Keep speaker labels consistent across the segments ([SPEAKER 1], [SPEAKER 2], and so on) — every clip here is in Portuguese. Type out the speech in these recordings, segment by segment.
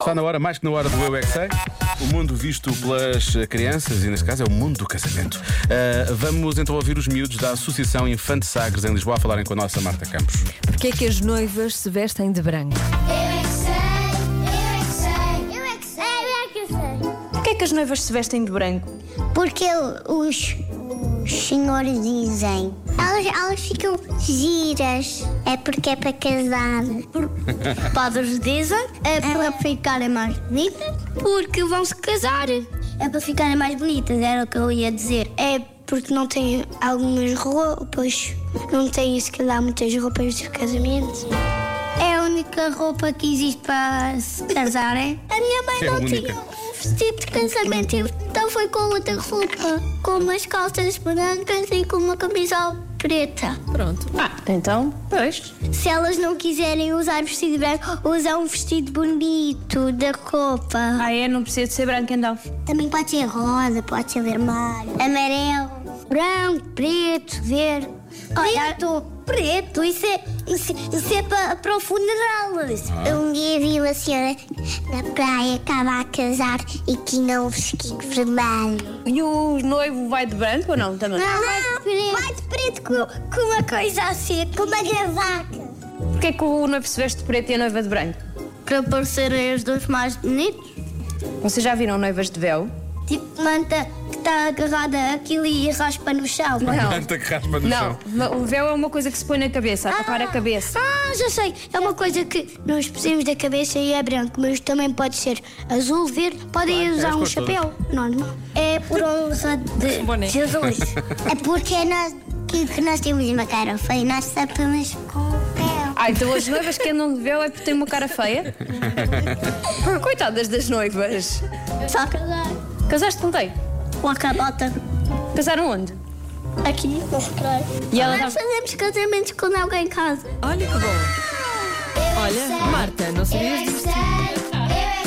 [SPEAKER 1] Está na hora, mais que na hora do Eu é que Sei. O mundo visto pelas eh, crianças, e neste caso é o mundo do casamento. Ah, vamos então ouvir os miúdos da Associação Infante Sagres em Lisboa a falarem com a nossa Marta Campos.
[SPEAKER 2] Porquê é que as noivas se vestem de branco?
[SPEAKER 3] Eu é que sei, eu é que sei, eu é que sei, eu é que sei.
[SPEAKER 4] Porquê é que as noivas se vestem de branco?
[SPEAKER 3] Porque os, os senhores dizem. Elas, elas ficam giras. É porque é para casar.
[SPEAKER 5] Padres dizem
[SPEAKER 3] É para ficarem mais bonitas.
[SPEAKER 5] porque vão se casar.
[SPEAKER 3] É para ficarem mais bonitas, era o que eu ia dizer. É porque não têm algumas roupas. Não têm, se calhar, muitas roupas de casamento. É a única roupa que existe para se casarem. a minha mãe
[SPEAKER 1] É
[SPEAKER 3] não
[SPEAKER 1] única.
[SPEAKER 3] tinha um vestido de casamento, então foi com outra roupa. Com umas calças brancas e com uma camisola preta.
[SPEAKER 4] Ah, então, pois.
[SPEAKER 3] Se elas não quiserem usar vestido branco, usam um vestido bonito da roupa.
[SPEAKER 4] Ah, é? Não precisa de ser branco então.
[SPEAKER 3] Também pode ser rosa, pode ser vermelho, amarelo, branco, preto, verde. Preto, preto, isso é, isso, isso é para, para o funeral. Um dia vi uma senhora na praia que estava a casar e tinha um vestido vermelho.
[SPEAKER 4] E o noivo vai de branco ou não também?
[SPEAKER 3] Ah, vai de preto. Vai de preto com, com uma coisa assim, com uma gravata.
[SPEAKER 4] Porquê é que o noivo se veste de preto e a noiva de branco?
[SPEAKER 3] Para parecerem as duas mais bonitas.
[SPEAKER 4] Vocês já viram noivas de véu?
[SPEAKER 3] Tipo manta que está agarrada àquilo e raspa no chão.
[SPEAKER 4] Tá
[SPEAKER 1] Marta que raspa no
[SPEAKER 4] Não,
[SPEAKER 1] chão.
[SPEAKER 4] o véu é uma coisa que se põe na cabeça, a tapar a cabeça.
[SPEAKER 3] Ah, já sei. É uma coisa que nós pusemos da cabeça e é branco, mas também pode ser azul, verde. Podem usar
[SPEAKER 1] as
[SPEAKER 3] um
[SPEAKER 1] cores
[SPEAKER 3] chapéu normal. É por honra
[SPEAKER 4] Um
[SPEAKER 3] de Jesus. é porque nós, que, que nós temos uma cara feia, nós sapamos com pé.
[SPEAKER 4] Ah, então as noivas que andam de véu é porque têm uma cara feia? Coitadas das noivas.
[SPEAKER 3] Só casar.
[SPEAKER 4] Casaste com quem?
[SPEAKER 3] Com a cabota.
[SPEAKER 4] Casaram onde?
[SPEAKER 3] Aqui, no contrário.
[SPEAKER 4] E ela tá-
[SPEAKER 3] Nós
[SPEAKER 4] tava-
[SPEAKER 3] fazemos casamentos quando alguém casa.
[SPEAKER 6] Olha que bom. Olha, Marta, não sabias disso?
[SPEAKER 3] eu é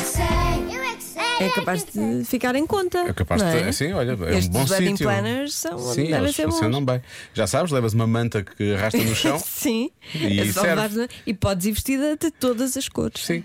[SPEAKER 3] que sei.
[SPEAKER 6] É capaz de ficar em conta.
[SPEAKER 1] É capaz de-
[SPEAKER 6] não é?
[SPEAKER 1] sim, olha, é um
[SPEAKER 6] Estes
[SPEAKER 1] bom
[SPEAKER 6] wedding
[SPEAKER 1] sítio.
[SPEAKER 6] planners são,
[SPEAKER 1] Sim,
[SPEAKER 6] devem
[SPEAKER 1] eles
[SPEAKER 6] ser bons.
[SPEAKER 1] funcionam bem. Já sabes, levas uma manta que arrasta no chão.
[SPEAKER 6] Sim,
[SPEAKER 1] E
[SPEAKER 6] é só
[SPEAKER 1] serve.
[SPEAKER 6] levares na- e podes ir vestida de todas as cores.
[SPEAKER 1] Sim.